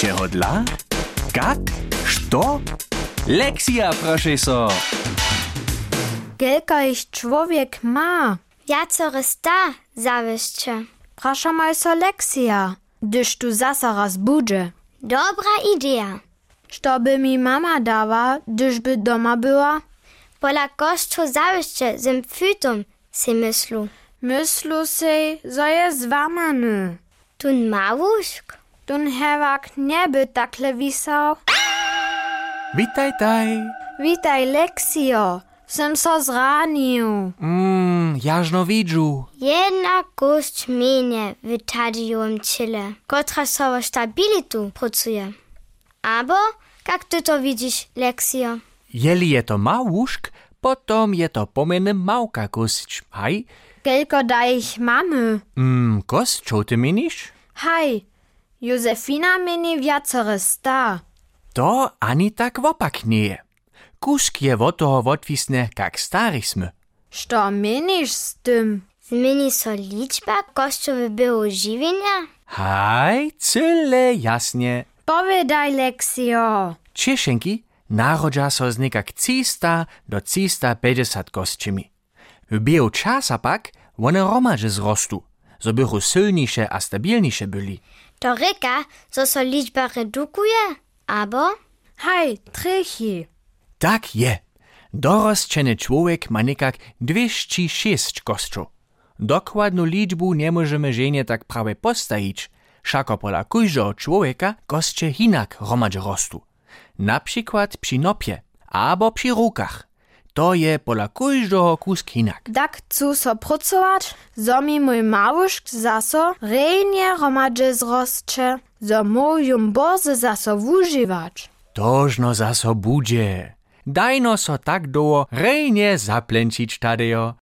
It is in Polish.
Чего для? Как? Что? Lekcja, proszę so. Kelkajś człowiek ma. Ja co rysta zawyżcie. Proszę majso Lexia, gdyż tu zasa raz budzie. Dobra idea. Co by mi mama dała, gdyż by doma była? Pola kościu zawyżcie z pfütum, si myslu. Myślu sej, że jest wamany. Tun małuszk. Dun hewak nie by takle wisał. Witaj, taj. Witaj Lexio, sem so zranił. Mmm, jażno widzu. Jedna kość mienie w tadium Chile, która sobie stabilitu pracuje. Abo, jak ty to widzisz, Lexio? Jeli je to małuszk, potom je to pomene małka kość. Haj? Kelko daj ich mamy. Mmm, kość, co ty minisz? Hej, Josefina mini wiacore sta. To ani tak wopak nie. Kusk je od toho odwisne, jak stary sme. Co minisz z tym? Zmieni so liczba kościu wybyłu żywienia? Haj, cyle jasne. Powiedaj Lexio. Češenky národža so z nekak cista do cista 50 kostčimi. V bielu časa pak one romaže zrostu, so bychu silnejšie a stabilnejšie byli. To ryka, że so liczba redukuje? Abo, Hej, Trichi. Tak je. Dorosčený človek má nekak 206 kostčov. Dokładną liczbu nie możemy żenie tak prawie postawić, szako pola każdego człowieka koście inak romadź rostu. Na przykład przy nopie, albo przy rukach. To je pola każdego kusk inak. Tak chcú so pracovať, zo mi môj mavušk zaso rejne romadže zrostče, zo môjum boze zaso vúživať. Tożno za so budzie. Dajno so tak doło rejnie zaplęcić tadejo,